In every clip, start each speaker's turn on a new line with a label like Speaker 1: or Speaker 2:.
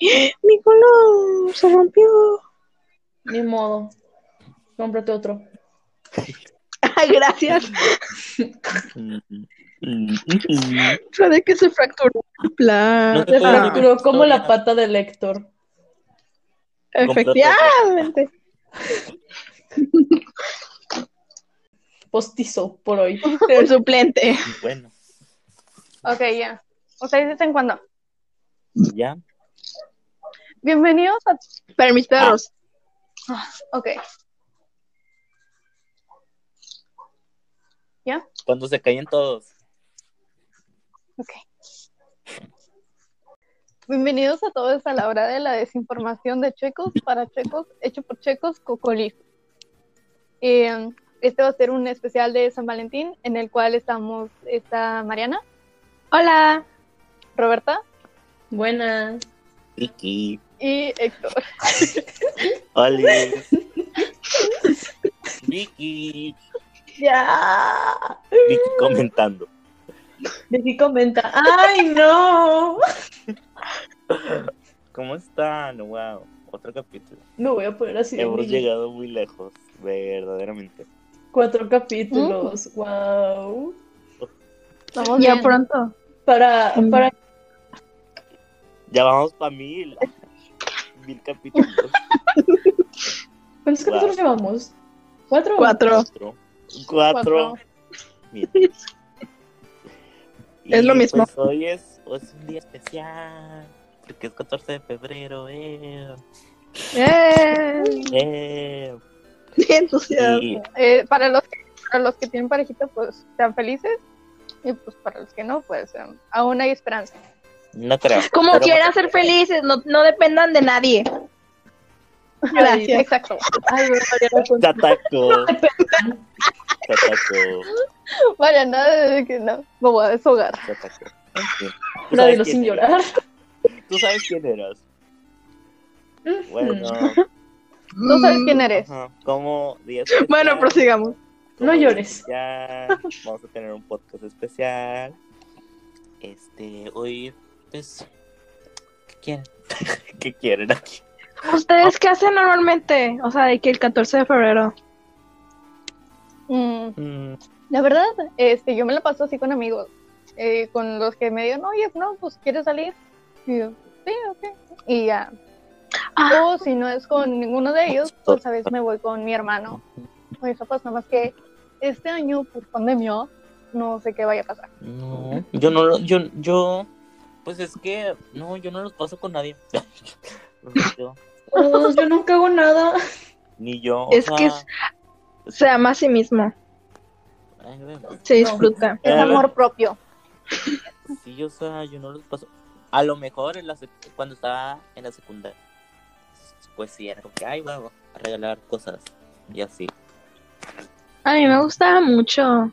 Speaker 1: Mi color se rompió.
Speaker 2: Ni modo. Cómprate otro.
Speaker 1: Ah, Gracias. Suena que se fracturó la pla-
Speaker 3: No te
Speaker 2: Se
Speaker 3: Claro.
Speaker 2: fracturó como la pata del Héctor.
Speaker 1: ¡Ah! Efectivamente.
Speaker 2: Postizo por hoy.
Speaker 1: El suplente.
Speaker 3: Bueno,
Speaker 4: Ok, ya. Ustedes dicen cuando.
Speaker 3: ya.
Speaker 4: Bienvenidos a.
Speaker 1: Para mis perros.
Speaker 4: Ok.
Speaker 3: Cuando se caen todos.
Speaker 4: Bienvenidos a todos a la hora de la desinformación de checos para checos, hecho por checos, Cocolí. Eh, este va a ser un especial de San Valentín en el cual estamos, está Mariana. Hola. Roberta
Speaker 2: Buenas.
Speaker 3: Iki,
Speaker 4: y Héctor.
Speaker 3: Oli. Vicky.
Speaker 2: Ya.
Speaker 3: Vicky comentando.
Speaker 2: Vicky comenta. ¡Ay, no!
Speaker 3: ¿Cómo están? Wow. Otro capítulo.
Speaker 2: Me voy a poner así. de
Speaker 3: Hemos
Speaker 2: brillo.
Speaker 3: llegado muy lejos, verdaderamente.
Speaker 2: Cuatro capítulos. Wow.
Speaker 4: Vamos
Speaker 1: Ya
Speaker 4: bien.
Speaker 1: pronto.
Speaker 2: Para,
Speaker 1: Mm.
Speaker 2: para
Speaker 3: Ya vamos para mil. Mil capítulos.
Speaker 2: ¿Cuántos capítulos llevamos? ¿Cuatro?
Speaker 1: Cuatro.
Speaker 3: Cuatro. Cuatro.
Speaker 4: Cuatro.
Speaker 3: Mira.
Speaker 1: Es
Speaker 3: Y,
Speaker 1: lo mismo.
Speaker 3: pues, hoy es, hoy es un día especial. Porque es 14 de febrero. Eh,
Speaker 4: Eh,
Speaker 3: eh.
Speaker 1: Bien entusiasmado.
Speaker 3: Y
Speaker 4: eh, para, los que, para los que tienen parejita, pues sean felices. Y pues para los que no, pues eh, aún hay esperanza.
Speaker 3: no creo.
Speaker 1: Como
Speaker 3: pero-
Speaker 1: quieran ser felices, no, no dependan de nadie. Gracias.
Speaker 4: Exacto.
Speaker 2: Ay, bueno, Mariana, con-
Speaker 3: Te ataco.
Speaker 2: Ay, perdón.
Speaker 3: Te ataco.
Speaker 4: Vaya, nada de que no. Me voy a deshogar.
Speaker 3: Te ataco. En fin. Tú
Speaker 2: La de
Speaker 3: sabes
Speaker 2: los sin
Speaker 3: quién eras.
Speaker 2: llorar.
Speaker 3: Tú sabes quién eras. Bueno.
Speaker 4: No
Speaker 1: Mm.
Speaker 4: sabes quién eres.
Speaker 3: ajá, Como día
Speaker 1: Bueno,
Speaker 3: especial.
Speaker 1: prosigamos.
Speaker 2: No llores.
Speaker 3: Ya vamos a tener un podcast especial. Este, hoy, pues, ¿qué quieren? ¿Qué quieren aquí?
Speaker 1: ¿Ustedes qué hacen normalmente? O sea, de que el 14 de febrero.
Speaker 4: Mm,
Speaker 3: Mm,
Speaker 4: la verdad, este, yo me la paso así con amigos. eh, con los que me dieron, oye, no, pues quieres salir. Y yo, sí, ok. Y ya. O si no es con ninguno de ellos, pues a veces me voy con mi hermano. O eso, pues nada más que este año, por pandemia, no sé qué vaya a pasar.
Speaker 3: no, yo no lo, yo, yo, pues es que, no, yo no los paso con nadie. Yo,
Speaker 2: Oh, yo nunca hago nada.
Speaker 3: ni yo. o
Speaker 1: Es
Speaker 3: sea,
Speaker 1: que es- Se ama a sí mismo.
Speaker 3: ay, bueno,
Speaker 1: Se disfruta.
Speaker 4: Es
Speaker 3: Eh,
Speaker 4: amor propio.
Speaker 3: Sí, o sea, yo no los paso. A lo mejor en la sec- cuando estaba en la secundaria, pues sí, era como que, ay, vamos a regalar cosas y así.
Speaker 1: A mí me gustaba mucho.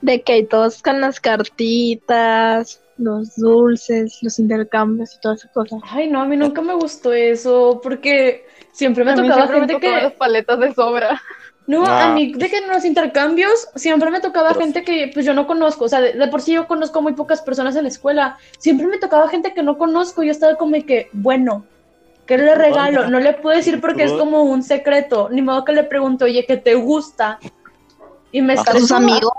Speaker 1: De que todos con las cartitas, los dulces, los intercambios y todas esas cosas.
Speaker 2: Ay, no, a mí nunca me gustó eso porque siempre me
Speaker 4: A mí
Speaker 2: tocaba
Speaker 4: siempre me
Speaker 2: gente
Speaker 4: tocaban
Speaker 2: que...
Speaker 4: las paletas de sobra.
Speaker 2: No,
Speaker 3: Ah.
Speaker 2: a mí de que en los intercambios siempre me tocaba
Speaker 3: Pero-
Speaker 2: gente que pues yo no conozco, o sea, de, de por sí yo conozco muy pocas personas en la escuela, siempre me tocaba gente que no conozco, y yo estaba como de que, bueno, ¿qué le regalo? No le puedo decir porque es como un secreto, ni modo que le pregunto, oye, ¿qué te gusta? Y me
Speaker 3: Ajá.
Speaker 2: está...
Speaker 1: A sus amigos.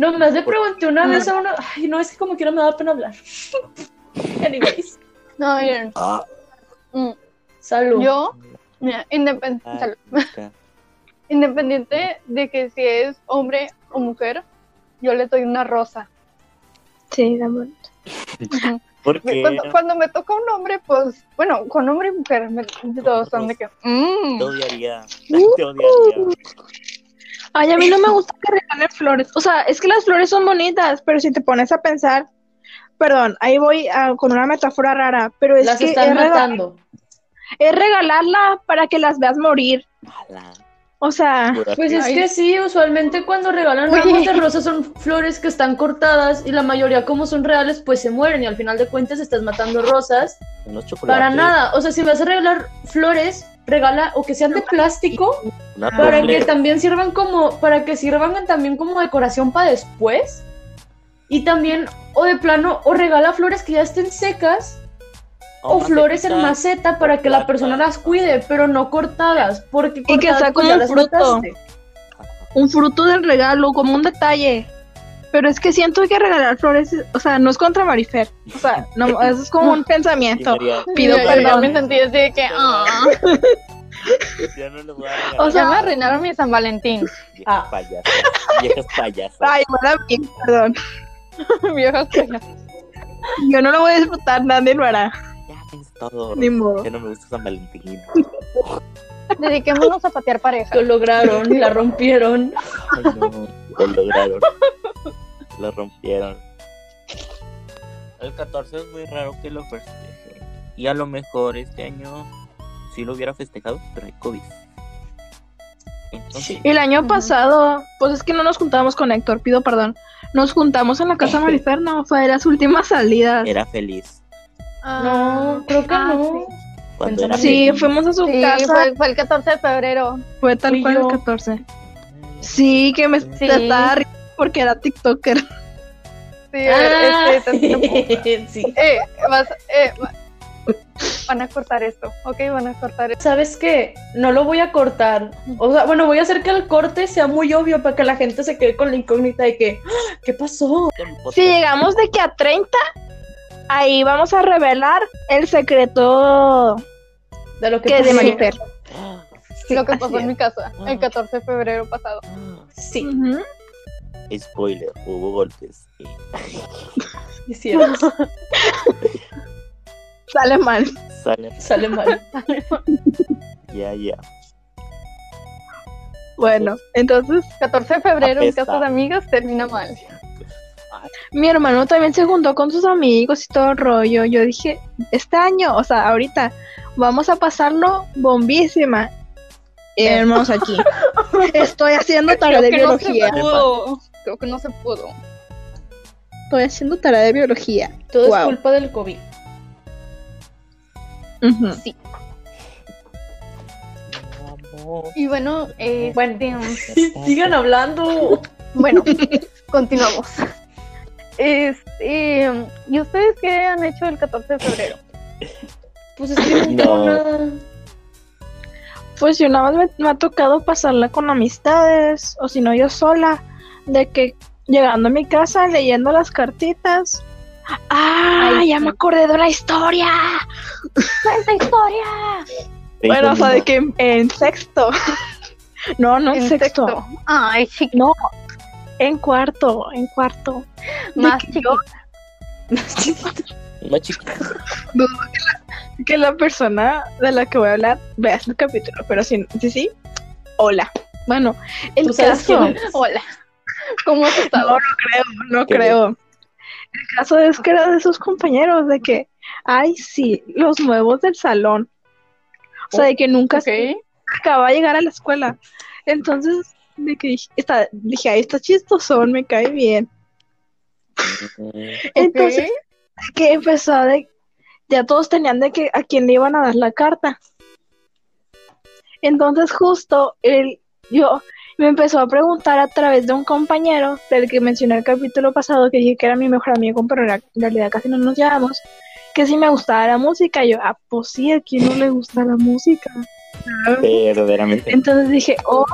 Speaker 2: No, más le pregunté una vez a uno, ay, no, es que como quiera me da pena hablar. Anyways,
Speaker 4: No, miren.
Speaker 3: Ah,
Speaker 4: mm,
Speaker 2: salud.
Speaker 4: Yo, mira, independ- salud.
Speaker 3: nunca.
Speaker 4: independiente de que si es hombre o mujer, yo le doy una rosa.
Speaker 1: Sí, de amor.
Speaker 4: Ujú.
Speaker 3: ¿Por
Speaker 4: Me-
Speaker 3: qué?
Speaker 4: cuando, cuando me toca un hombre, pues, bueno, con hombre y mujer, me, todos son de que, mm,
Speaker 3: Te odiaría. Te odiaría.
Speaker 1: Ay, a mí no me gusta que regalen flores. O sea, es que las flores son bonitas, pero si te pones a pensar, perdón, ahí voy a- con una metáfora rara, pero es
Speaker 2: Las
Speaker 1: que es,
Speaker 2: están
Speaker 1: rega-
Speaker 2: matando.
Speaker 1: es regalarla para que las veas morir.
Speaker 3: Ala,
Speaker 1: O sea,
Speaker 3: pura
Speaker 2: Pues es
Speaker 4: Ay.
Speaker 2: que sí, usualmente cuando regalan
Speaker 4: Oye.
Speaker 2: ramos de rosas son flores que están cortadas y la mayoría como son reales pues se mueren y al final de cuentas estás matando rosas
Speaker 3: fiesta, unos chocolates,
Speaker 2: para nada. O sea, si vas a regalar flores, regala o que sean de plástico
Speaker 3: una
Speaker 2: para
Speaker 3: doble.
Speaker 2: que también sirvan como para que sirvan también como decoración para después. Y también o de plano o regala flores que ya estén secas o flores en maceta para que la persona las cuide, pero no cortadas, porque
Speaker 1: Y que
Speaker 2: cortadas,
Speaker 1: sea
Speaker 2: pues,
Speaker 1: como
Speaker 2: ya
Speaker 1: un
Speaker 2: las
Speaker 1: fruto.
Speaker 2: mataste.
Speaker 1: un fruto del regalo, como un detalle. Pero es que siento que regalar flores, o sea, no es contra Marifer. O sea, no, eso es como un pensamiento. Pido
Speaker 4: yo,
Speaker 1: perdón.
Speaker 4: me sentí así de que, ah,
Speaker 3: Ya no les voy a regalar.
Speaker 1: O
Speaker 4: o
Speaker 1: sea,
Speaker 4: sea, me arruinaron mi San Valentín,
Speaker 3: viejas
Speaker 2: Ah.
Speaker 3: payasas. Viejas payasas.
Speaker 1: Ay, mala mía, perdón.
Speaker 4: viejas cosas.
Speaker 1: Yo no lo voy a disfrutar, nadie lo hará.
Speaker 3: Ya es todo.
Speaker 1: Ni modo.
Speaker 3: Ya no me gusta San Valentín.
Speaker 4: Dediquémonos a patear pareja.
Speaker 2: Lo lograron, y la rompieron.
Speaker 3: Ay, no, lo lograron. Lo rompieron. El 14 es muy raro que lo festeje. Y a lo mejor este año sí lo hubiera festejado, pero hay COVID. Entonces,
Speaker 1: Y el año
Speaker 4: Ujú.
Speaker 1: pasado, pues es que no nos juntamos con Héctor, pido perdón. Nos juntamos en la casa de Marifer, no, fue de las últimas salidas.
Speaker 3: era feliz.
Speaker 4: Ah,
Speaker 2: No, creo que
Speaker 4: ah,
Speaker 2: no.
Speaker 3: Cuando era
Speaker 1: Sí,
Speaker 3: feliz.
Speaker 1: fuimos a su
Speaker 4: Sí, Sí,
Speaker 1: casa, fue,
Speaker 4: fue, fue el 14 de febrero.
Speaker 1: tal
Speaker 2: fui
Speaker 1: cual
Speaker 2: yo.
Speaker 1: el 14. Sí, que me
Speaker 3: Sí.
Speaker 1: estaba riendo porque era TikToker.
Speaker 4: Sí,
Speaker 2: Ah,
Speaker 4: este, este-
Speaker 2: sí.
Speaker 4: eh, vas, eh, va- van a cortar esto, ok, van a cortar esto.
Speaker 2: ¿Sabes qué? No lo voy a cortar. O sea, bueno, voy a hacer que el corte sea muy obvio para que la gente se quede con la incógnita de que, "Ah, ¿qué pasó?
Speaker 1: Si llegamos de que a 30, ahí vamos a revelar el secreto
Speaker 2: De lo que
Speaker 1: que de
Speaker 2: pasó".
Speaker 1: Marifer.
Speaker 2: Sí,
Speaker 4: lo que
Speaker 2: así
Speaker 4: pasó en
Speaker 2: es.
Speaker 4: mi casa el 14 de febrero pasado. Mm.
Speaker 2: Sí,
Speaker 1: Ujú.
Speaker 3: Spoiler, hubo golpes. Sí.
Speaker 2: hicieron.
Speaker 1: Sale mal.
Speaker 3: Sale,
Speaker 2: Sale mal.
Speaker 3: ya, ya.
Speaker 1: Bueno, entonces
Speaker 4: 14 de febrero en
Speaker 3: Apesta.
Speaker 4: casa de amigas termina mal.
Speaker 1: mi hermano también se juntó con sus amigos y todo el rollo. Yo dije, este año, o sea, ahorita vamos a pasarlo bombísima. Hermanos, aquí estoy haciendo tarea de
Speaker 4: Creo que no se
Speaker 1: biología.
Speaker 4: pudo. Creo que no se pudo.
Speaker 1: Estoy haciendo tarea de biología.
Speaker 2: Todo es
Speaker 1: Wow.
Speaker 2: culpa del COVID.
Speaker 1: Ujú.
Speaker 4: Sí.
Speaker 3: Vamos.
Speaker 4: Y bueno, eh,
Speaker 2: Bueno.
Speaker 4: este,
Speaker 2: Sigan hablando.
Speaker 4: bueno, continuamos. Este, ¿Y ustedes qué han hecho el 14 de febrero?
Speaker 2: Pues es que no,
Speaker 3: No.
Speaker 2: nada.
Speaker 1: Pues yo nada más me, me ha tocado pasarla con amistades, o si no yo sola, de que llegando a mi casa leyendo las cartitas. ¡Ah!
Speaker 4: Ay,
Speaker 1: ya
Speaker 4: sí.
Speaker 1: me acordé de una historia.
Speaker 4: ¡Esa historia!
Speaker 1: Bueno, o sea, de
Speaker 3: Tengo
Speaker 1: que en, en sexto. no, no Ah, en,
Speaker 4: En
Speaker 1: sexto.
Speaker 4: sexto. Ay, chiquita,
Speaker 1: No, en cuarto, en cuarto. De
Speaker 4: más
Speaker 1: que,
Speaker 4: chiquita.
Speaker 3: una chica.
Speaker 1: que la persona de la que voy a hablar vea este capítulo, pero si sí, sí, hola. Bueno, el
Speaker 2: Tú sabes
Speaker 1: caso.
Speaker 2: quién eres.
Speaker 4: Hola. ¿Cómo has
Speaker 1: No,
Speaker 4: estado?
Speaker 1: no creo, no
Speaker 3: Qué
Speaker 1: creo. El caso es que era de sus compañeros, de que, ay, sí, los nuevos del salón. O sea, de que nunca se
Speaker 4: Ok.
Speaker 1: acababa de llegar a la escuela. Entonces, de que dije, está, dije, ay, está chistosón, me cae bien. Entonces, que empezó a de, ya todos tenían de que a quién le iban a dar la carta. Entonces, justo, él, yo, me empezó a preguntar a través de un compañero del que mencioné el capítulo pasado, que dije que era mi mejor amigo, pero en ra- en realidad casi no nos llevamos, que si me gustaba la música. Y yo, ah, pues sí, a quién no le gusta la música.
Speaker 3: Verdaderamente.
Speaker 1: Entonces dije, oh,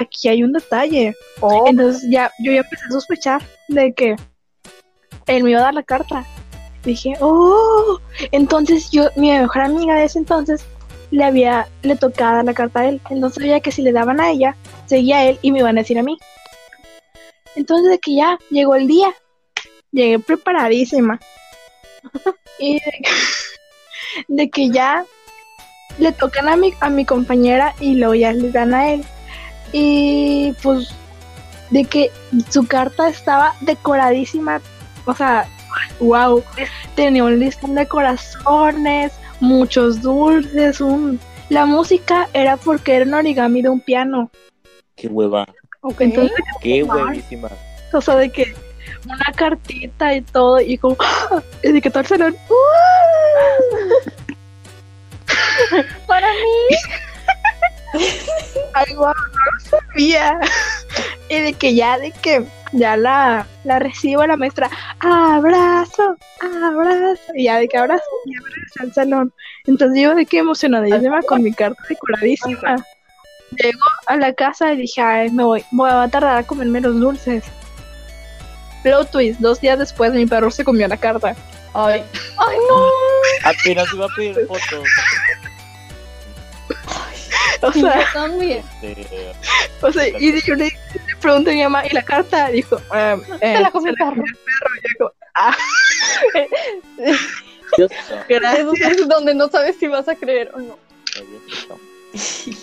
Speaker 1: aquí hay un detalle.
Speaker 4: Oh.
Speaker 1: Entonces ya, yo ya empecé a sospechar de que él me iba a dar la carta. Dije, oh, entonces yo, mi mejor amiga de ese entonces, le había, le tocaba dar la carta a él. Entonces sabía que si le daban a ella, seguía a él y me iban a decir a mí. Entonces de que ya llegó el día, llegué preparadísima. y de que- de que ya le tocan a mi, a mi compañera y luego ya le dan a él. Y pues de que su carta estaba decoradísima, o sea, wow, tenía un listón de corazones, muchos dulces, un... La música era porque era un origami de un piano.
Speaker 3: Qué hueva.
Speaker 4: Ok.
Speaker 1: Entonces,
Speaker 3: Qué huevísima.
Speaker 1: o sea, de que una cartita y todo, y como, ¡ah! y de que todo el salón, ¡uh!
Speaker 4: Para mí.
Speaker 1: Ay, guau, no lo sabía. Y de que ya, de que ya la, la recibo a la maestra, abrazo, abrazo, y ya de que abrazo, y abrazo al salón. Entonces yo de que emocionadísima con mi carta decoradísima. Llego a la casa y dije, ay, me voy, me va a tardar a comerme los dulces. Plot twist, dos días después mi perro se comió la carta.
Speaker 2: Ay,
Speaker 4: ¡Ay, no!
Speaker 3: Apenas iba a pedir fotos.
Speaker 1: O
Speaker 4: Sí, yo
Speaker 1: sea,
Speaker 4: también.
Speaker 3: Este,
Speaker 1: o sea y yo le, le pregunté a mi mamá, ¿y la carta? Dijo, "Em,
Speaker 4: Se
Speaker 1: em,
Speaker 4: la comió el perro.
Speaker 1: dijo,
Speaker 3: Dios mío,
Speaker 1: gracias.
Speaker 4: Esos es donde no sabes si vas a creer o no.
Speaker 3: Dios mío.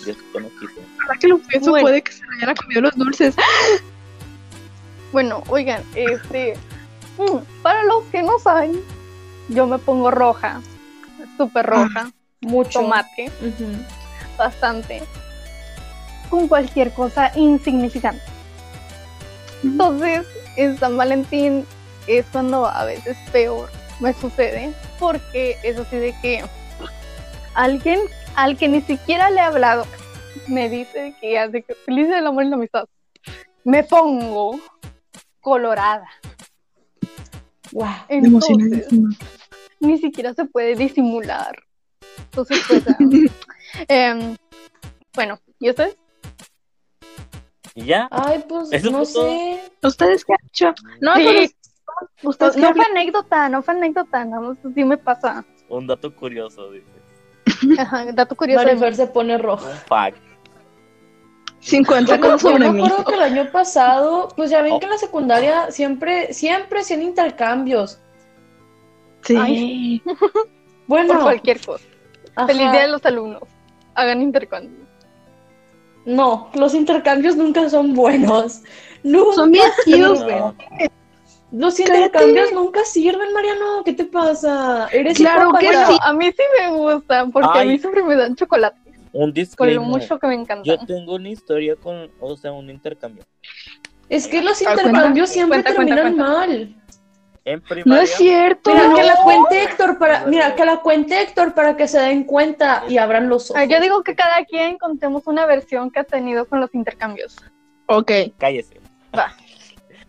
Speaker 3: Dios conocido.
Speaker 1: Ahora que lo pienso,
Speaker 4: Bueno.
Speaker 1: puede que se me hayan comido los dulces.
Speaker 4: Bueno, oigan, este. mm, Para los que no saben, yo me pongo roja. Súper roja.
Speaker 2: mucho.
Speaker 4: Tomate.
Speaker 2: Ujú.
Speaker 4: bastante con cualquier cosa insignificante. Entonces, en San Valentín es cuando a veces peor me sucede, porque es así de que alguien al que ni siquiera le he hablado me dice que hace que feliz el amor y la amistad. Me pongo colorada.
Speaker 2: Guau.
Speaker 4: Entonces,
Speaker 1: Emocionadísima.
Speaker 4: ni siquiera se puede disimular. Entonces, pues, ah, em, bueno, ¿y ustedes?
Speaker 3: ¿Y ya?
Speaker 2: Ay, pues
Speaker 3: Eso
Speaker 2: no
Speaker 3: fue todo.
Speaker 2: sé.
Speaker 1: ¿Ustedes qué han hecho? No,
Speaker 4: Sí.
Speaker 1: pero ustedes
Speaker 4: no
Speaker 1: qué
Speaker 4: fue anécdota, no fue anécdota, nada más sí me pasa.
Speaker 3: Un dato curioso, dice.
Speaker 4: Ajá, dato curioso.
Speaker 2: Marifer se pone roja.
Speaker 3: Un fact.
Speaker 1: 50
Speaker 2: Bueno,
Speaker 1: con sobre
Speaker 2: yo
Speaker 1: mí.
Speaker 2: me acuerdo que el año pasado, pues ya ven
Speaker 4: Oh.
Speaker 2: que en la secundaria siempre, siempre hacían intercambios.
Speaker 1: Sí.
Speaker 4: Ay. por
Speaker 2: Bueno,
Speaker 4: cualquier cosa.
Speaker 2: ajá.
Speaker 4: Feliz día de los alumnos. Hagan intercambio.
Speaker 2: no, los intercambios nunca son buenos. Nunca
Speaker 1: Son bien cute.
Speaker 2: sirven. Los
Speaker 1: Cállate.
Speaker 2: intercambios nunca sirven, Mariano. ¿Qué te pasa? Eres
Speaker 1: Claro que
Speaker 2: psicópata.
Speaker 4: Bueno, a mí sí me gustan, porque a
Speaker 3: Ay.
Speaker 4: mí siempre me dan chocolate,
Speaker 3: Un
Speaker 4: con
Speaker 3: disclaimer.
Speaker 4: lo mucho que me encantan.
Speaker 3: Yo tengo una historia con, o sea, un intercambio.
Speaker 2: Es que los
Speaker 4: cuenta,
Speaker 2: intercambios siempre
Speaker 4: cuenta, cuenta,
Speaker 2: terminan mal.
Speaker 3: En
Speaker 1: No
Speaker 3: primaria.
Speaker 1: es cierto.
Speaker 2: Mira,
Speaker 1: no.
Speaker 2: que la cuente Héctor para,
Speaker 3: No.
Speaker 2: mira, que la cuente Héctor para que se den cuenta y abran los ojos.
Speaker 4: Ah, yo digo que cada quien contemos una versión que ha tenido con los intercambios.
Speaker 1: Ok.
Speaker 3: Cállese.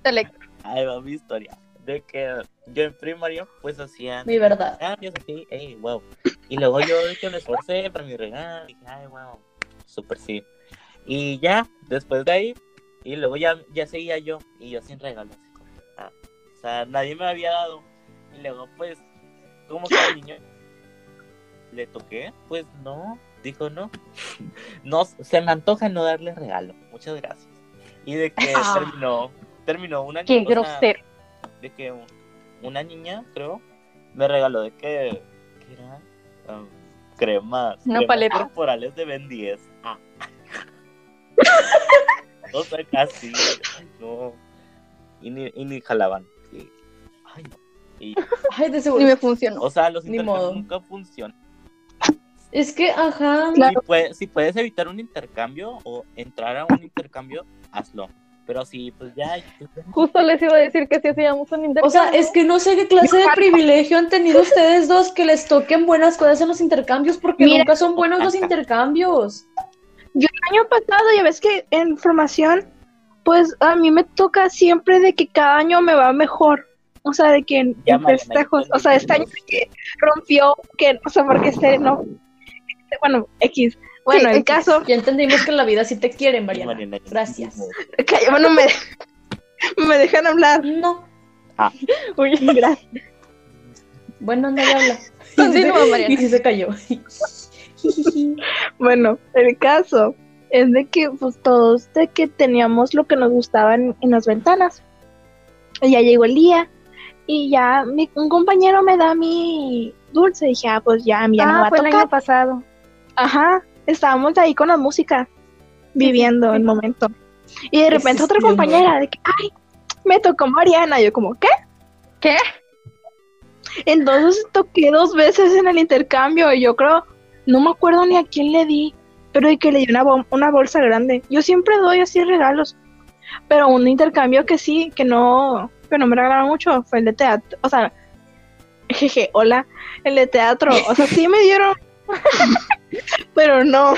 Speaker 4: Dale.
Speaker 3: Ahí va mi historia. De que yo en primaria, pues hacían
Speaker 2: Mi verdad.
Speaker 3: cambios así, ey, wow. Y luego yo de que me esforcé para mi regalo, dije, ay, wow, súper sí. Y ya, después de ahí, y luego ya, ya seguía yo, y yo sin regalo. así como, ah, o sea, nadie me había dado. Y luego, pues, como que al niño le toqué, pues no, dijo no. no se me antoja no darle regalo, muchas gracias. Y de que
Speaker 4: Ah.
Speaker 3: terminó, terminó una
Speaker 4: Qué
Speaker 3: o sea,
Speaker 4: grosero.
Speaker 3: de que un- una niña, creo, me regaló de que, ¿qué era? Um, cremas.
Speaker 4: Una
Speaker 3: cremas
Speaker 4: paleta.
Speaker 3: corporales de Ben 10. Ah. o sea, casi. ay, No. Y ni, y ni jalaban. Y- ay, no. Y-
Speaker 2: Ay, de
Speaker 4: Ni
Speaker 2: seguro.
Speaker 4: me funcionó.
Speaker 3: o sea, los
Speaker 2: Ni
Speaker 3: intercambios
Speaker 2: modo.
Speaker 3: nunca funcionan.
Speaker 2: Es que, ajá.
Speaker 1: Claro.
Speaker 3: Si, pue- si puedes evitar un intercambio o entrar a un intercambio, hazlo. Pero si, pues ya.
Speaker 4: Justo les iba a decir que si hacíamos un intercambio.
Speaker 2: O sea, es que no sé qué clase de privilegio han tenido ustedes dos que les toquen buenas cosas en los intercambios, porque
Speaker 1: Mira.
Speaker 2: nunca son buenos los intercambios.
Speaker 1: Yo el año pasado, ya ves que en formación, pues a mí me toca siempre de que cada año me va mejor. O sea, de que en en
Speaker 3: Ya, Mariana,
Speaker 1: festejos,
Speaker 3: yo
Speaker 1: o sea, este año
Speaker 3: entendí.
Speaker 1: que rompió, que, o sea, porque este no. este, Bueno, X. Bueno, el
Speaker 4: X.
Speaker 1: caso,
Speaker 2: Ya entendimos que en la vida sí te quieren, Mariana.
Speaker 3: Mariana,
Speaker 2: Gracias.
Speaker 1: que, bueno, me, me dejan hablar.
Speaker 2: No.
Speaker 4: Uy, gracias.
Speaker 2: Bueno, no le habla.
Speaker 4: Continúa, Mariana.
Speaker 2: Y sí se cayó.
Speaker 1: Bueno, el caso es de que pues todos de que teníamos lo que nos gustaba en, en las ventanas. Y ya llegó el día y ya mi, un compañero me da mi dulce y dije, ah, pues ya, a mí ya no
Speaker 4: ah,
Speaker 1: va a
Speaker 4: fue el año
Speaker 1: tocar.
Speaker 4: pasado.
Speaker 1: Ajá, estábamos ahí con la música, viviendo el momento. Y de repente otra
Speaker 2: Existiendo.
Speaker 1: compañera de que, ay, me tocó Mariana. Yo como, ¿qué?
Speaker 4: ¿Qué?
Speaker 1: Entonces toqué dos veces en el intercambio y yo creo, no me acuerdo ni a quién le di, pero de que le di una, bom- una bolsa grande. Yo siempre doy así regalos, pero un intercambio que sí, que no, que no me regalaron mucho, fue el de teatro. O sea, jeje, hola, el de teatro. O sea, sí me dieron, pero no.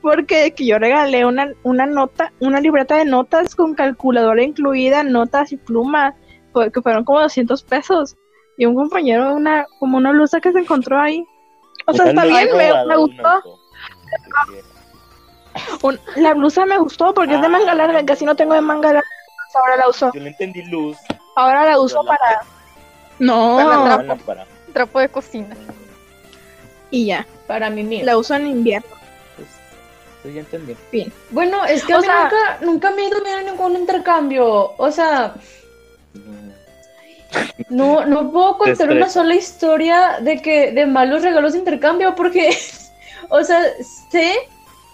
Speaker 1: Porque de que yo regalé una, una nota, una libreta de notas con calculadora incluida, notas y plumas, fue- que fueron como 200 pesos. Y un compañero, una como una blusa que se encontró ahí. O sea, está bien, me, me gustó. Un- la blusa me gustó porque es de manga larga, casi no tengo de manga larga. Ahora la uso.
Speaker 3: Yo no entendí luz.
Speaker 1: Ahora la uso
Speaker 3: Pero la-
Speaker 1: para... No.
Speaker 4: Para
Speaker 3: la
Speaker 4: la trapo.
Speaker 3: lámpara.
Speaker 4: Trapo de cocina.
Speaker 1: Y ya,
Speaker 2: Para mí mío.
Speaker 1: la uso en invierno.
Speaker 3: Pues, pues ya entendí.
Speaker 2: Bueno, es que
Speaker 1: O
Speaker 2: a mí
Speaker 1: sea-
Speaker 2: nunca, nunca me he ido bien en ningún intercambio. O sea, no, no puedo contar una
Speaker 3: estresa.
Speaker 2: sola historia de que de malos regalos de intercambio porque, o sea, sé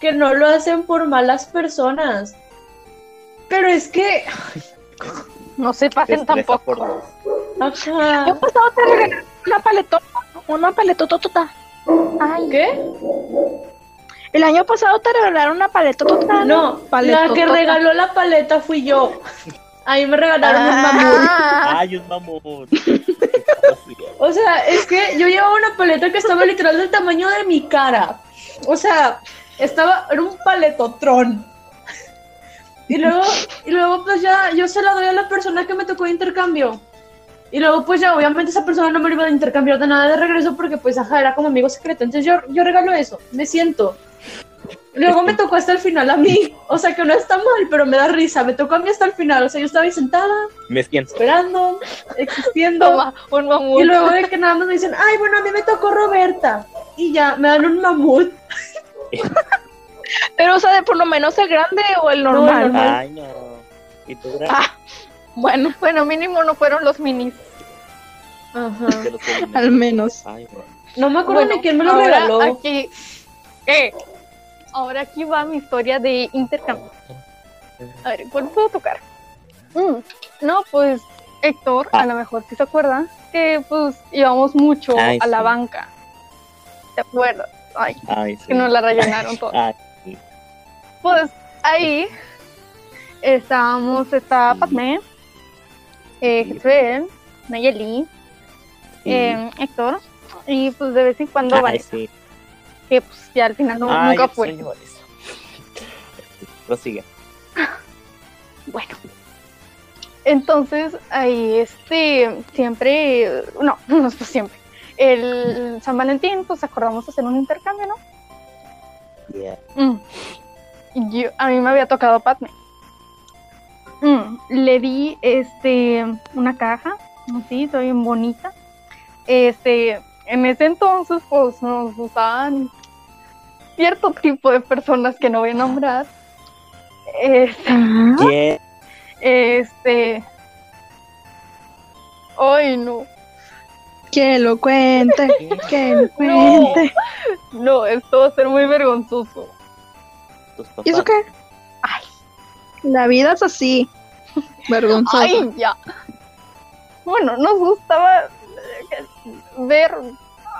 Speaker 2: que no lo hacen por malas personas. Pero es que,
Speaker 4: No se pasen
Speaker 3: tampoco.
Speaker 4: tampoco.
Speaker 3: Por dos.
Speaker 2: ajá,
Speaker 1: Yo pasado te regalé una paletota, una paletotota. Ay,
Speaker 2: ¿qué?
Speaker 1: el año pasado te regalaron una paletotota.
Speaker 2: No, la que
Speaker 1: Paletotota.
Speaker 2: regaló la paleta fui yo. A mí me regalaron un mamut.
Speaker 4: Ah,
Speaker 3: Ay, un mamut. Qué
Speaker 2: O sea, es que yo llevaba una paleta que estaba literal del tamaño de mi cara. O sea, estaba, era un paletotrón. Y luego, y luego pues ya, yo se la doy a la persona que me tocó de intercambio. Y luego pues ya, obviamente esa persona no me lo iba a intercambiar de nada de regreso porque pues ajá, era como amigo secreto. Entonces yo, yo regalo eso, me siento. Luego me tocó hasta el final a mí. O sea que no está mal, pero me da risa. Me tocó a mí hasta el final. O sea, yo estaba ahí sentada,
Speaker 3: Me siento.
Speaker 2: esperando, existiendo.
Speaker 4: Toma, un mamut.
Speaker 2: Y luego de que nada más me dicen, ay, bueno, a mí me tocó Roberta. Y ya, me dan un mamut.
Speaker 1: Pero, o sea, de por lo menos el grande o el
Speaker 2: No,
Speaker 1: normal.
Speaker 2: el normal.
Speaker 3: Ay, no. Y tú Gra?
Speaker 1: Ah. Bueno,
Speaker 4: Bueno, mínimo no fueron los minis.
Speaker 2: Ajá.
Speaker 3: De los colines.
Speaker 1: al menos.
Speaker 3: Ay, no.
Speaker 2: No me acuerdo
Speaker 4: Bueno,
Speaker 2: ni quién me lo
Speaker 4: ahora
Speaker 2: regaló.
Speaker 4: Aquí, eh, ahora aquí va mi historia de intercambio. A ver, ¿cuál puedo tocar? Mm, no, pues Héctor, a lo mejor si se acuerda, que pues íbamos mucho
Speaker 3: Ay,
Speaker 4: a la
Speaker 3: sí.
Speaker 4: banca. ¿Te acuerdas? Ay,
Speaker 3: Ay, sí.
Speaker 4: que nos la rellenaron toda.
Speaker 3: Ay,
Speaker 4: Pues ahí estábamos, estaba Padme, eh, Jezreel, Nayeli,
Speaker 3: sí. Ah,
Speaker 4: eh, Héctor, y pues de vez en cuando
Speaker 3: Ay,
Speaker 4: Vanessa,
Speaker 3: sí.
Speaker 4: que pues ya al final no-
Speaker 3: Ay,
Speaker 4: nunca
Speaker 3: Ah, yo
Speaker 4: fue.
Speaker 3: sueño eso. Prosigue.
Speaker 4: Bueno. Entonces, ahí este, siempre, no, no es por siempre. El San Valentín, pues acordamos hacer un intercambio, ¿no?
Speaker 3: Yeah.
Speaker 4: Mm. Y yo- a mí me había tocado Padme. Mm, Le di este, una caja, sí, está bien bonita. Este, en ese entonces, pues nos usaban cierto tipo de personas que no voy a nombrar. Este,
Speaker 3: Yeah.
Speaker 4: Este. Ay, no.
Speaker 1: Que lo cuente, que lo
Speaker 4: No.
Speaker 1: cuente.
Speaker 4: No, esto va a ser muy vergonzoso.
Speaker 3: Tus papás.
Speaker 1: ¿Y eso qué?
Speaker 4: Ay.
Speaker 1: La vida es así. Vergonzoso.
Speaker 4: Ay, ya. Bueno, nos gustaba eh, ver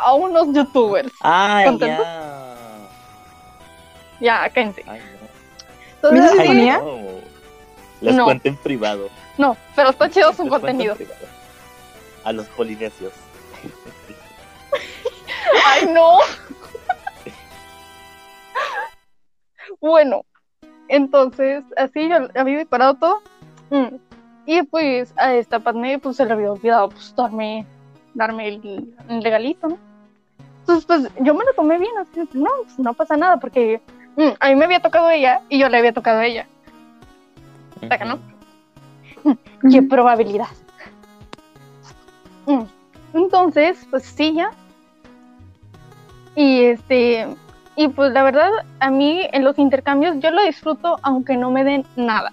Speaker 4: a unos youtubers.
Speaker 3: Ay,
Speaker 4: ¿Contento?
Speaker 3: ya.
Speaker 4: Ya, cállense.
Speaker 3: Ay, no.
Speaker 1: ¿Mira
Speaker 4: Entonces,
Speaker 1: se
Speaker 3: Ay,
Speaker 4: sí,
Speaker 1: ponía?
Speaker 3: no. Les
Speaker 4: No.
Speaker 3: cuento en privado.
Speaker 4: no, pero está chido su
Speaker 3: Les cuento en
Speaker 4: contenido.
Speaker 3: privado. A los polinesios.
Speaker 4: Ay, no. bueno, entonces, así yo había decorado todo. Mm. Y pues a esta Padme pues, se le había olvidado pues, darme, darme el, el regalito, ¿no? Entonces, pues yo me lo tomé bien, así, no, pues, no pasa nada, porque mm, a mí me había tocado ella y yo le había tocado a ella. Saca, ¿no? ¿Qué probabilidad? Mm. Entonces, pues sí, ya. Y este, y pues la verdad, a mí en los intercambios yo lo disfruto aunque no me den nada.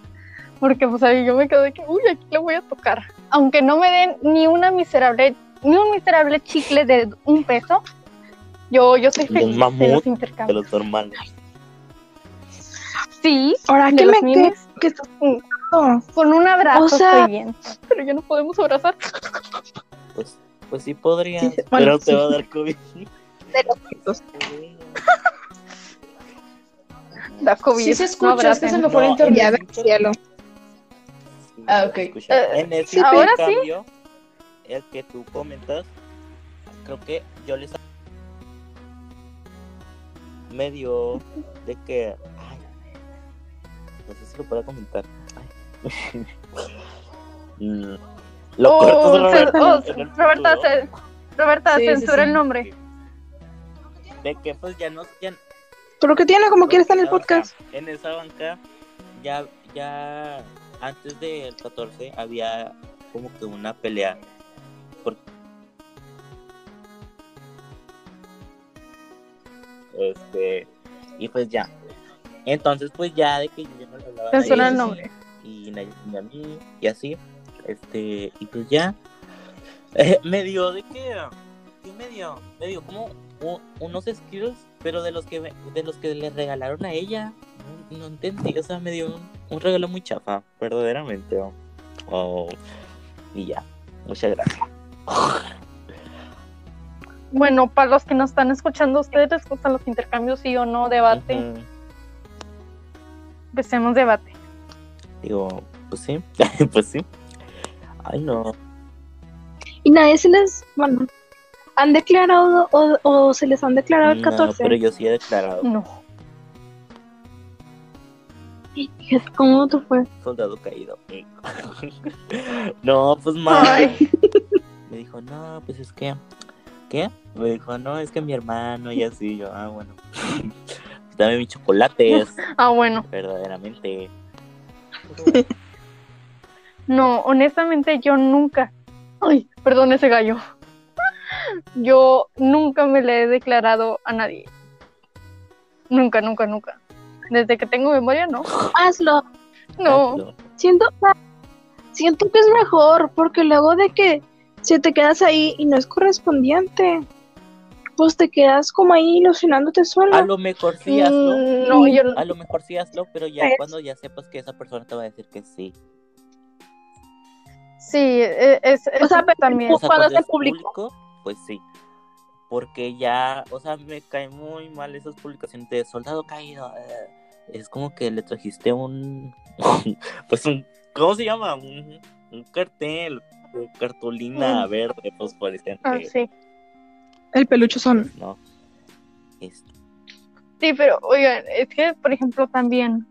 Speaker 4: Porque pues ahí yo me quedo de que, uy, aquí le voy a tocar. Aunque no me den ni una miserable, ni un miserable chicle de un peso, yo, yo soy
Speaker 3: De un
Speaker 4: feliz de
Speaker 3: mamut,
Speaker 4: los
Speaker 3: De
Speaker 4: intercambios.
Speaker 3: los normales.
Speaker 4: Sí,
Speaker 1: Ahora,
Speaker 4: de
Speaker 1: ¿qué
Speaker 4: los
Speaker 1: me
Speaker 4: mimes.
Speaker 1: qué, qué estás contando?
Speaker 4: Con un abrazo
Speaker 1: O sea-
Speaker 4: estoy bien. Pero ya no podemos abrazar.
Speaker 3: Pues, pues sí podría.
Speaker 1: Sí, bueno,
Speaker 3: pero te va a dar COVID.
Speaker 1: De los mitos.
Speaker 4: Da COVID.
Speaker 2: Sí se
Speaker 4: no
Speaker 2: escucha, es que
Speaker 4: abracen.
Speaker 2: se me fue el
Speaker 3: No,
Speaker 2: internet.
Speaker 1: Ya ve cielo.
Speaker 2: Ah, ok.
Speaker 3: Escucha, En ese
Speaker 4: ahora Eh, sí.
Speaker 3: cambio, el que tú comentas, creo que yo les me dio de que. Ay, no sé si lo puedo comentar. Ay. Mm, lo
Speaker 4: Oh,
Speaker 3: correcto es
Speaker 4: cen-
Speaker 3: Roberta,
Speaker 4: oh,
Speaker 3: en el
Speaker 4: Roberta,
Speaker 3: futuro,
Speaker 4: cen- Roberta,
Speaker 2: Sí, sí,
Speaker 4: censura
Speaker 2: sí.
Speaker 4: el nombre.
Speaker 3: De que pues ya no. Ya,
Speaker 1: Pero que tiene, como quiere estar en el
Speaker 3: banca,
Speaker 1: podcast.
Speaker 3: En esa banca, ya, ya antes del 14 había como que una pelea. Por... Este, y pues ya. Entonces, pues ya de que yo ya no le hablaba a nadie,
Speaker 4: Censura el nombre.
Speaker 3: Y nadie ni a mí, y así. Este, y pues ya. me dio de que. ¿Qué me dio? Me dio como u- unos Skittles, pero de los que me- de los que le regalaron a ella. No, no entendí, o sea, me dio un, un regalo muy chafa, verdaderamente. oh. Oh, Y ya, muchas gracias.
Speaker 4: Bueno, para los que nos están escuchando, ¿ustedes les gustan los intercambios, sí o no? Debate.
Speaker 3: Ujú.
Speaker 4: Empecemos debate.
Speaker 3: Digo, pues sí, pues sí. Ay, no.
Speaker 1: Y nadie se les. Bueno, han declarado o, o se les han declarado el
Speaker 3: No,
Speaker 1: 14.
Speaker 3: pero yo sí he declarado
Speaker 4: No.
Speaker 1: Fíjate ¿Cómo tú fue?
Speaker 3: soldado caído. no, pues más.
Speaker 4: Ay,
Speaker 3: Me dijo, no, pues es que, ¿qué? Me dijo, no, es que mi hermano y así. Yo, ah, bueno. Dame mis chocolates,
Speaker 4: ah, bueno.
Speaker 3: verdaderamente.
Speaker 4: No, honestamente yo nunca. Ay, perdón ese gallo. Yo nunca me le he declarado a nadie. Nunca, nunca, nunca. Desde que tengo memoria, no.
Speaker 1: Hazlo.
Speaker 4: No.
Speaker 3: Hazlo.
Speaker 1: Siento, siento que es mejor, porque luego de que si te quedas ahí y no es correspondiente, pues te quedas como ahí ilusionándote
Speaker 3: A
Speaker 1: solo.
Speaker 3: lo mejor sí hazlo.
Speaker 4: Mm, No, yo pues
Speaker 3: A lo mejor sí hazlo, pero ya
Speaker 1: Es-
Speaker 3: cuando ya sepas que esa persona te va a decir que sí.
Speaker 4: sí, eh, es,
Speaker 1: O sea,
Speaker 4: eso
Speaker 1: pero-
Speaker 4: también.
Speaker 1: O sea, cuando es
Speaker 3: del
Speaker 1: el público.
Speaker 3: Pues sí. Porque ya, o sea, me caen muy mal esas publicaciones de soldado caído. eh, Es como que le trajiste un. pues un. ¿Cómo se llama? Un, un cartel. un Cartulina
Speaker 4: Un-
Speaker 3: verde pues, fosforescente.
Speaker 4: Ah, sí.
Speaker 1: El pelucho son.
Speaker 3: No. Este,
Speaker 4: Sí, pero oigan, es que, por ejemplo, también,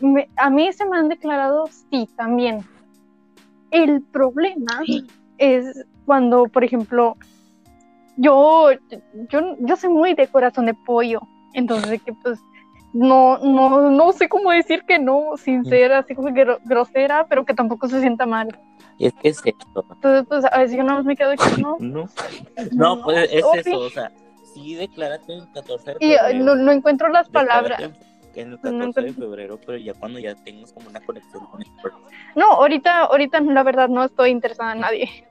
Speaker 4: me- a mí se me han declarado sí, también. El problema es cuando, por ejemplo, yo, yo, yo soy muy de corazón de pollo, entonces de que pues no, no, no sé cómo decir que no, sincera, así como que gro- grosera, pero que tampoco se sienta mal.
Speaker 3: es que es esto.
Speaker 4: Entonces, pues a veces yo nada más me quedo de que no.
Speaker 3: No. No, pues es
Speaker 4: Ok.
Speaker 3: eso. O sea, sí declárate el 14 de
Speaker 4: Y eh,
Speaker 3: febrero.
Speaker 4: no, no encuentro las palabras.
Speaker 3: Declárate En el
Speaker 4: No
Speaker 3: 14 de
Speaker 4: encuentro-
Speaker 3: febrero, pero ya cuando ya tengas como una conexión con esa persona.
Speaker 4: No, ahorita, ahorita la verdad no estoy interesada en nadie.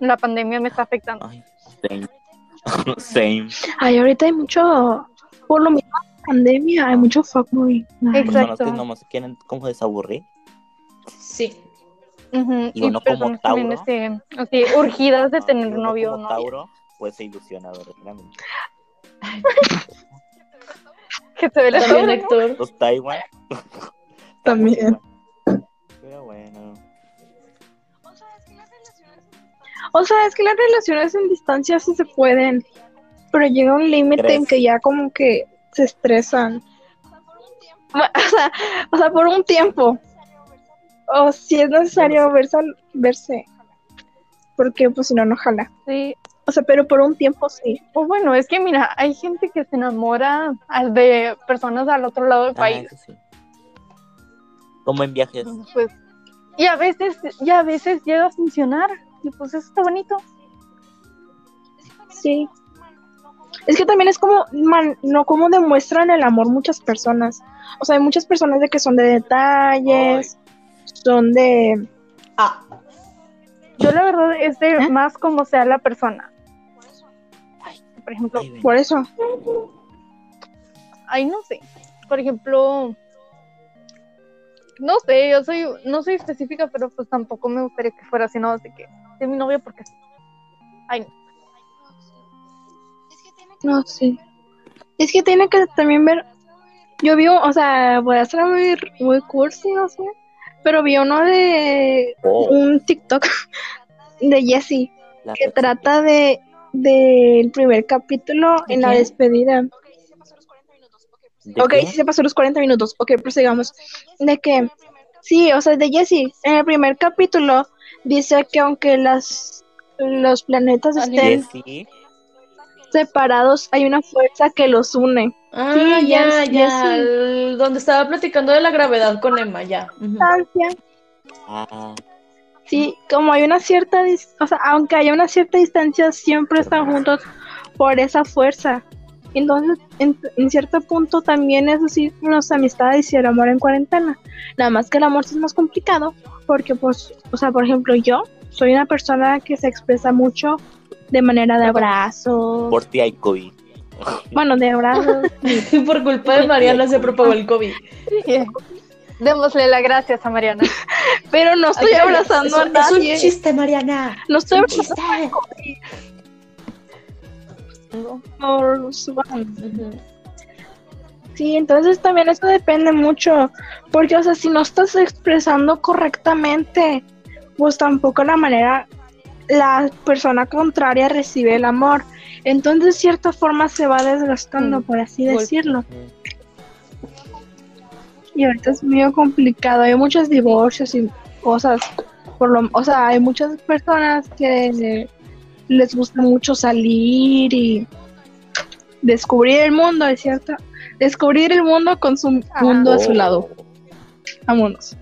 Speaker 4: La pandemia me está afectando.
Speaker 3: Ay, same. same.
Speaker 1: Ay, ahorita hay mucho, por lo mismo, pandemia, hay mucho fuckboy. Ay,
Speaker 4: Exacto.
Speaker 3: Personas que nomás se quieren como desaburrir.
Speaker 2: Sí.
Speaker 4: Ujú,
Speaker 3: Y uno como
Speaker 4: personas también,
Speaker 3: Tauro.
Speaker 4: este, así, urgidas de
Speaker 3: Ah,
Speaker 4: tener
Speaker 3: pero uno
Speaker 4: novio o
Speaker 3: como
Speaker 4: novia.
Speaker 3: Tauro, pues se ilusiona verdaderamente.
Speaker 4: Que se ve la
Speaker 2: También
Speaker 4: sombra, ¿no?
Speaker 2: Héctor.
Speaker 3: Los Taiwan.
Speaker 1: También.
Speaker 3: Pero bueno.
Speaker 1: O sea, es que las relaciones en distancia sí se pueden, pero llega un límite en
Speaker 3: ¿Crees?
Speaker 1: que ya como que se estresan. O sea, o sea, por un tiempo. O si es necesario verse, verse. Porque pues si no, no jala.
Speaker 4: Sí.
Speaker 1: O sea, pero por un tiempo sí.
Speaker 4: O bueno, es que mira, hay gente que se enamora al- de personas al otro lado del
Speaker 3: Ah,
Speaker 4: país.
Speaker 3: eso sí. Como en viajes.
Speaker 4: Pues, y a veces, y a veces llega a funcionar. Y pues eso está bonito.
Speaker 1: Sí. Es que también es como, man, no como demuestran el amor muchas personas. O sea, hay muchas personas de que son de detalles, son de...
Speaker 2: Ah.
Speaker 4: Yo la verdad es de
Speaker 1: ¿Eh?
Speaker 4: más como sea la persona. Por ejemplo,
Speaker 3: Ay, ven.
Speaker 1: Por eso.
Speaker 4: ay, no sé. Por ejemplo, no sé, yo soy, no soy específica, pero pues tampoco me gustaría que fuera así, no, de que de mi novia porque sí.
Speaker 1: No sé. Es que tiene que también ver. Yo vi, un- o sea, voy a ser muy, muy cursi, no sé. Pero vi uno de
Speaker 3: Oh,
Speaker 1: un TikTok de Jessie
Speaker 3: la
Speaker 1: que
Speaker 3: persona.
Speaker 1: trata de del primer capítulo en la
Speaker 2: quién?
Speaker 1: despedida.
Speaker 3: ¿De
Speaker 1: Ok,
Speaker 3: qué?
Speaker 1: sí se pasó los 40 minutos. Ok, prosigamos. ¿De qué? Sí, o sea, de Jessie. En el primer capítulo dice que aunque las los planetas
Speaker 4: Alineados.
Speaker 1: estén
Speaker 3: Jessie,
Speaker 1: separados, hay una fuerza que los une.
Speaker 2: Ah,
Speaker 1: Sí,
Speaker 2: ya,
Speaker 1: ya,
Speaker 2: ya.
Speaker 1: ya sí.
Speaker 2: el- Donde estaba platicando de la gravedad con Emma, ya. Ujú.
Speaker 1: Distancia.
Speaker 3: ah,
Speaker 1: Sí, como hay una cierta, dis- o sea, aunque haya una cierta distancia, siempre están juntos por esa fuerza. Entonces, en, en cierto punto también eso sí, las amistades y el amor en cuarentena. Nada más que el amor sí es más complicado, porque pues, o sea, por ejemplo, yo soy una persona que se expresa mucho de manera de abrazos,
Speaker 3: por ti hay COVID.
Speaker 1: bueno, de abrazos,
Speaker 2: Por culpa de Mariana se propagó el COVID.
Speaker 4: Sí. Démosle las gracias a Mariana.
Speaker 1: pero no estoy
Speaker 2: Ay,
Speaker 1: abrazando
Speaker 2: es,
Speaker 1: a
Speaker 2: un- es
Speaker 1: nadie.
Speaker 2: un chiste, Mariana.
Speaker 1: No estoy
Speaker 2: Es un
Speaker 1: abrazando
Speaker 2: chiste.
Speaker 1: por su
Speaker 2: Ujú.
Speaker 1: Sí, entonces también eso depende mucho, porque, o sea, si no estás expresando correctamente, pues tampoco la manera, la persona contraria recibe el amor. Entonces, de cierta forma, se va desgastando,
Speaker 4: Mm,
Speaker 1: por así
Speaker 4: golpe.
Speaker 1: decirlo. Y ahorita es muy complicado, hay muchos divorcios y cosas, por lo, o sea, hay muchas personas que les gusta mucho salir y descubrir el mundo, es cierto, descubrir el mundo con su
Speaker 4: Ajá.
Speaker 1: mundo a su
Speaker 3: Oh,
Speaker 1: lado. Vámonos.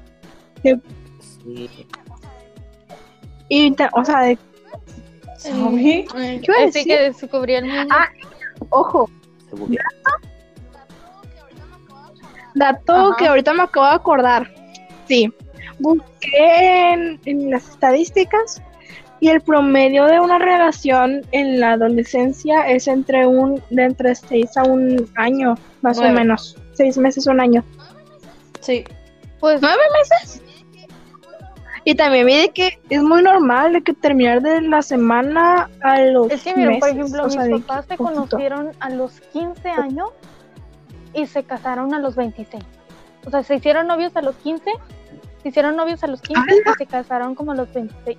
Speaker 3: sí.
Speaker 1: Y, ta- o sea, de-
Speaker 2: ¿Sabe?
Speaker 1: iba a
Speaker 4: Así
Speaker 1: decir?
Speaker 4: que descubrí el mundo.
Speaker 1: Ah, ojo,
Speaker 3: Se buguea.
Speaker 1: dato
Speaker 4: Ajá.
Speaker 1: que ahorita me acabo de acordar. Sí, busqué en, en las estadísticas y el promedio de una relación en la adolescencia es entre un de entre 6 a un año, más
Speaker 2: Nueve.
Speaker 1: o menos. Seis meses, un año.
Speaker 2: Sí.
Speaker 4: pues
Speaker 1: ¿Nueve meses? Y también vi de que es muy normal de que terminar de la semana a los
Speaker 4: es que, miren, por
Speaker 1: meses,
Speaker 4: ejemplo,
Speaker 1: o sea, de
Speaker 4: mis papás se
Speaker 1: poquito. Pues
Speaker 4: conocieron a los 15 años y se casaron a los 26. O sea, se hicieron novios a los 15, se hicieron novios a los 15 y se casaron como a los 26.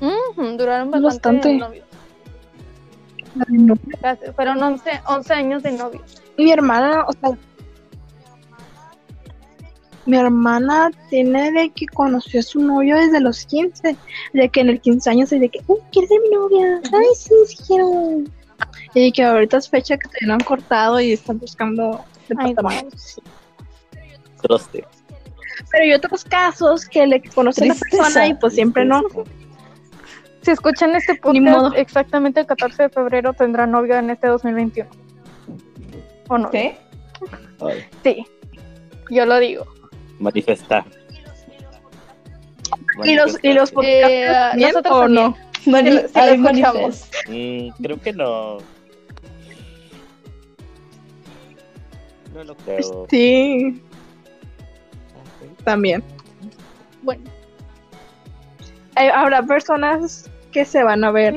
Speaker 4: Ujú, duraron bastante,
Speaker 1: Bastante.
Speaker 4: novios. Casi- Fueron 11, 11 años de novios.
Speaker 1: Mi hermana, o sea, mi hermana tiene de que conoció a su novio desde los 15, de que en el 15 años y de que, uy, ¿quieres ser mi novia? Ay, sí, sí quiero. Y de que ahorita es fecha que te lo han cortado y están buscando
Speaker 4: Ay,
Speaker 1: departamento.
Speaker 4: guau, sí.
Speaker 3: Troste.
Speaker 1: Pero hay otros casos que le conocen a la
Speaker 2: Tristeza.
Speaker 1: persona y pues siempre no.
Speaker 4: Si escuchan este
Speaker 1: modo.
Speaker 4: podcast, exactamente el 14 de febrero tendrá novio en este 2021. ¿O no?
Speaker 2: ¿Qué?
Speaker 3: Ay,
Speaker 4: Sí, yo lo digo.
Speaker 3: manifestar.
Speaker 1: Y
Speaker 3: pues,
Speaker 1: los, y los
Speaker 3: Manifestar.
Speaker 4: Eh,
Speaker 1: ¿Bien
Speaker 4: nosotros
Speaker 1: o
Speaker 4: también.
Speaker 1: no?
Speaker 2: Mani-
Speaker 4: Sí, sí lo
Speaker 2: ay,
Speaker 4: escuchamos.
Speaker 2: manifest.
Speaker 3: Mm, creo que no. No lo creo.
Speaker 1: Sí, también.
Speaker 4: Bueno,
Speaker 1: Hay- Eh, habrá personas que se van a ver,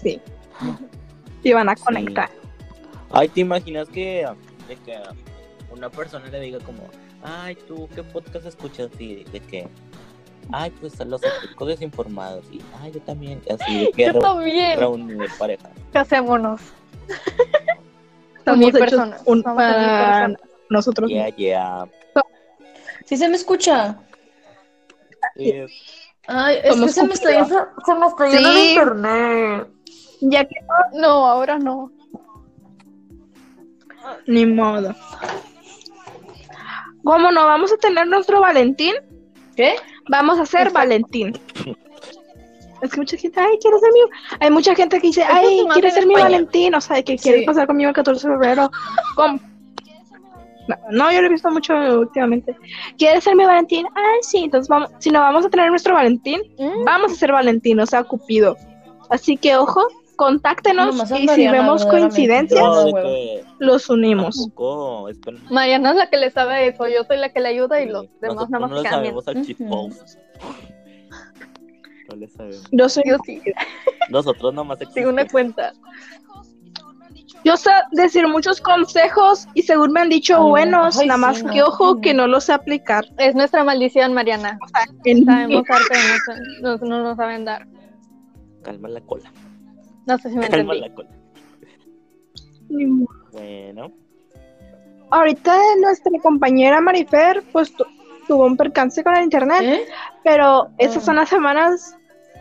Speaker 1: sí. Y van a conectar.
Speaker 3: Ay, ¿te imaginas que, de que una persona le diga como, ay, tú, ¿qué podcast escuchas? Y de que, ay, pues a los auténticos desinformados. Y, ay, yo también. Y Así de que
Speaker 4: yo
Speaker 3: re-
Speaker 4: también.
Speaker 3: reunir pareja.
Speaker 4: Casémonos.
Speaker 1: Estamos
Speaker 4: Unir
Speaker 1: hechos
Speaker 4: personas.
Speaker 1: un-
Speaker 4: Vamos a unir
Speaker 1: para
Speaker 4: personas.
Speaker 1: nosotros.
Speaker 3: Ya, ya.
Speaker 2: Sí se me escucha.
Speaker 3: Eh,
Speaker 2: Ay, es
Speaker 1: Somos
Speaker 2: que se me está
Speaker 1: cumplidos.
Speaker 2: yendo, se me está
Speaker 1: Sí.
Speaker 2: yendo el internet.
Speaker 1: Ya que
Speaker 4: Ah, No, ahora no.
Speaker 1: ni modo. Como no vamos a tener nuestro Valentín,
Speaker 2: ¿Qué?
Speaker 1: vamos a hacer
Speaker 4: Exacto.
Speaker 1: Valentín. Es que mucha gente, ay, quiero ser mi. Hay mucha gente que dice,
Speaker 4: Eso
Speaker 1: ay,
Speaker 4: se me
Speaker 1: quiero
Speaker 4: hace
Speaker 1: ser mi
Speaker 4: de-
Speaker 1: Valentín. O sea, de que quiere
Speaker 2: Sí.
Speaker 1: pasar conmigo el 14 de febrero. ¿Cómo? No, no, yo lo he visto mucho últimamente. ¿Quieres ser mi Valentín? Ay, sí. Entonces, vamos, si no vamos a tener nuestro Valentín,
Speaker 4: Mm,
Speaker 1: vamos a ser Valentín, o sea, Cupido. Así que, ojo, contáctenos
Speaker 2: Nomás
Speaker 1: y si
Speaker 2: Mariana,
Speaker 1: vemos
Speaker 2: verdaderamente.
Speaker 1: coincidencias,
Speaker 3: no,
Speaker 2: Gracias.
Speaker 3: de que,
Speaker 1: los unimos.
Speaker 3: tampoco, espera.
Speaker 4: Mariana es la que le sabe eso, yo soy la que le ayuda y los demás
Speaker 3: eh, Nosotros
Speaker 4: nada
Speaker 3: no
Speaker 4: más
Speaker 3: lo
Speaker 4: cambian.
Speaker 3: sabemos al chipón.
Speaker 2: Ujú.
Speaker 3: No le sabemos.
Speaker 1: Yo soy.
Speaker 4: Yo sí,
Speaker 3: Nosotros nomás
Speaker 4: sigo
Speaker 3: existimos.
Speaker 4: una cuenta.
Speaker 1: Yo sé decir muchos consejos y según me han dicho
Speaker 2: Ay,
Speaker 1: buenos,
Speaker 2: ay,
Speaker 1: nada
Speaker 2: sí,
Speaker 1: más
Speaker 2: no,
Speaker 1: que ojo
Speaker 2: no.
Speaker 1: que no los sé aplicar.
Speaker 4: Es nuestra maldición, Mariana.
Speaker 1: En-
Speaker 4: Sabemos arte, no, sa- no, no nos saben dar.
Speaker 3: Calma la cola.
Speaker 4: No sé si me
Speaker 3: Calma
Speaker 4: entendí.
Speaker 3: la cola.
Speaker 1: Ni modo.
Speaker 3: Bueno,
Speaker 1: Ahorita nuestra compañera Marifer, pues tu- tuvo un percance con el internet,
Speaker 2: ¿Eh?
Speaker 1: pero estas
Speaker 2: Ah.
Speaker 1: son las semanas.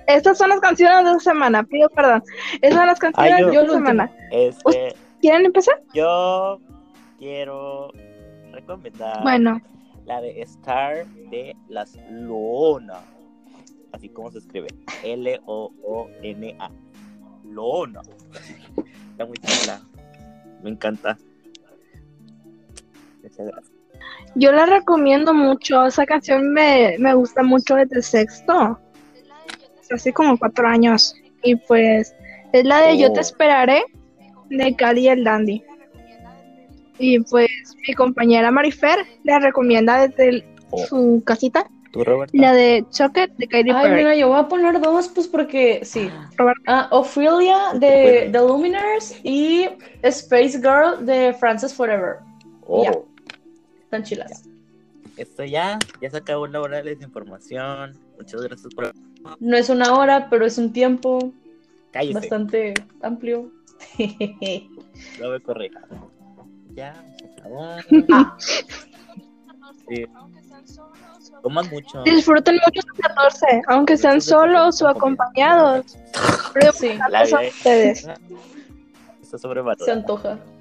Speaker 1: Estas son las canciones de la semana, pido perdón. Estas son las canciones
Speaker 3: yo-
Speaker 1: de
Speaker 2: Yo
Speaker 1: la
Speaker 2: lo
Speaker 1: semana.
Speaker 3: este,
Speaker 1: ¿Quieren empezar?
Speaker 3: yo quiero recomendar
Speaker 1: Bueno,
Speaker 3: la de Star de las Lona. Así como se escribe. L-O-O-N-A. Lona. Está muy chula. Me encanta. Muchas gracias.
Speaker 1: yo la recomiendo mucho. Esa canción me, me gusta mucho desde sexto. Hace como cuatro años. Y pues es la de Yo
Speaker 3: Oh.
Speaker 1: te esperaré de Cali y el Dandy. Y pues mi compañera Marifer la recomienda desde el-
Speaker 3: Oh.
Speaker 1: su casita.
Speaker 3: ¿Tú, Roberta?
Speaker 1: La de Chocolate de Katy
Speaker 2: Ay,
Speaker 1: Perry.
Speaker 2: mira, yo voy a poner dos, pues porque sí.
Speaker 1: Roberto.
Speaker 2: Ah, Ophelia de The Luminers y Space Girl de Frances Forever.
Speaker 3: Oh,
Speaker 2: Ya. Están chilas.
Speaker 3: Esto ya, ya se acabó la hora de la desinformación. Muchas gracias por...
Speaker 2: No es una hora, pero es un tiempo
Speaker 3: Cállese,
Speaker 2: bastante amplio.
Speaker 3: no me corrija. Ya, se acabó. Sí. Coman mucho.
Speaker 1: Disfruten mucho sus 14, aunque sean solos o acompañados.
Speaker 2: sí,
Speaker 3: La vida
Speaker 1: Ustedes.
Speaker 3: está sobrevalorada.
Speaker 2: se antoja.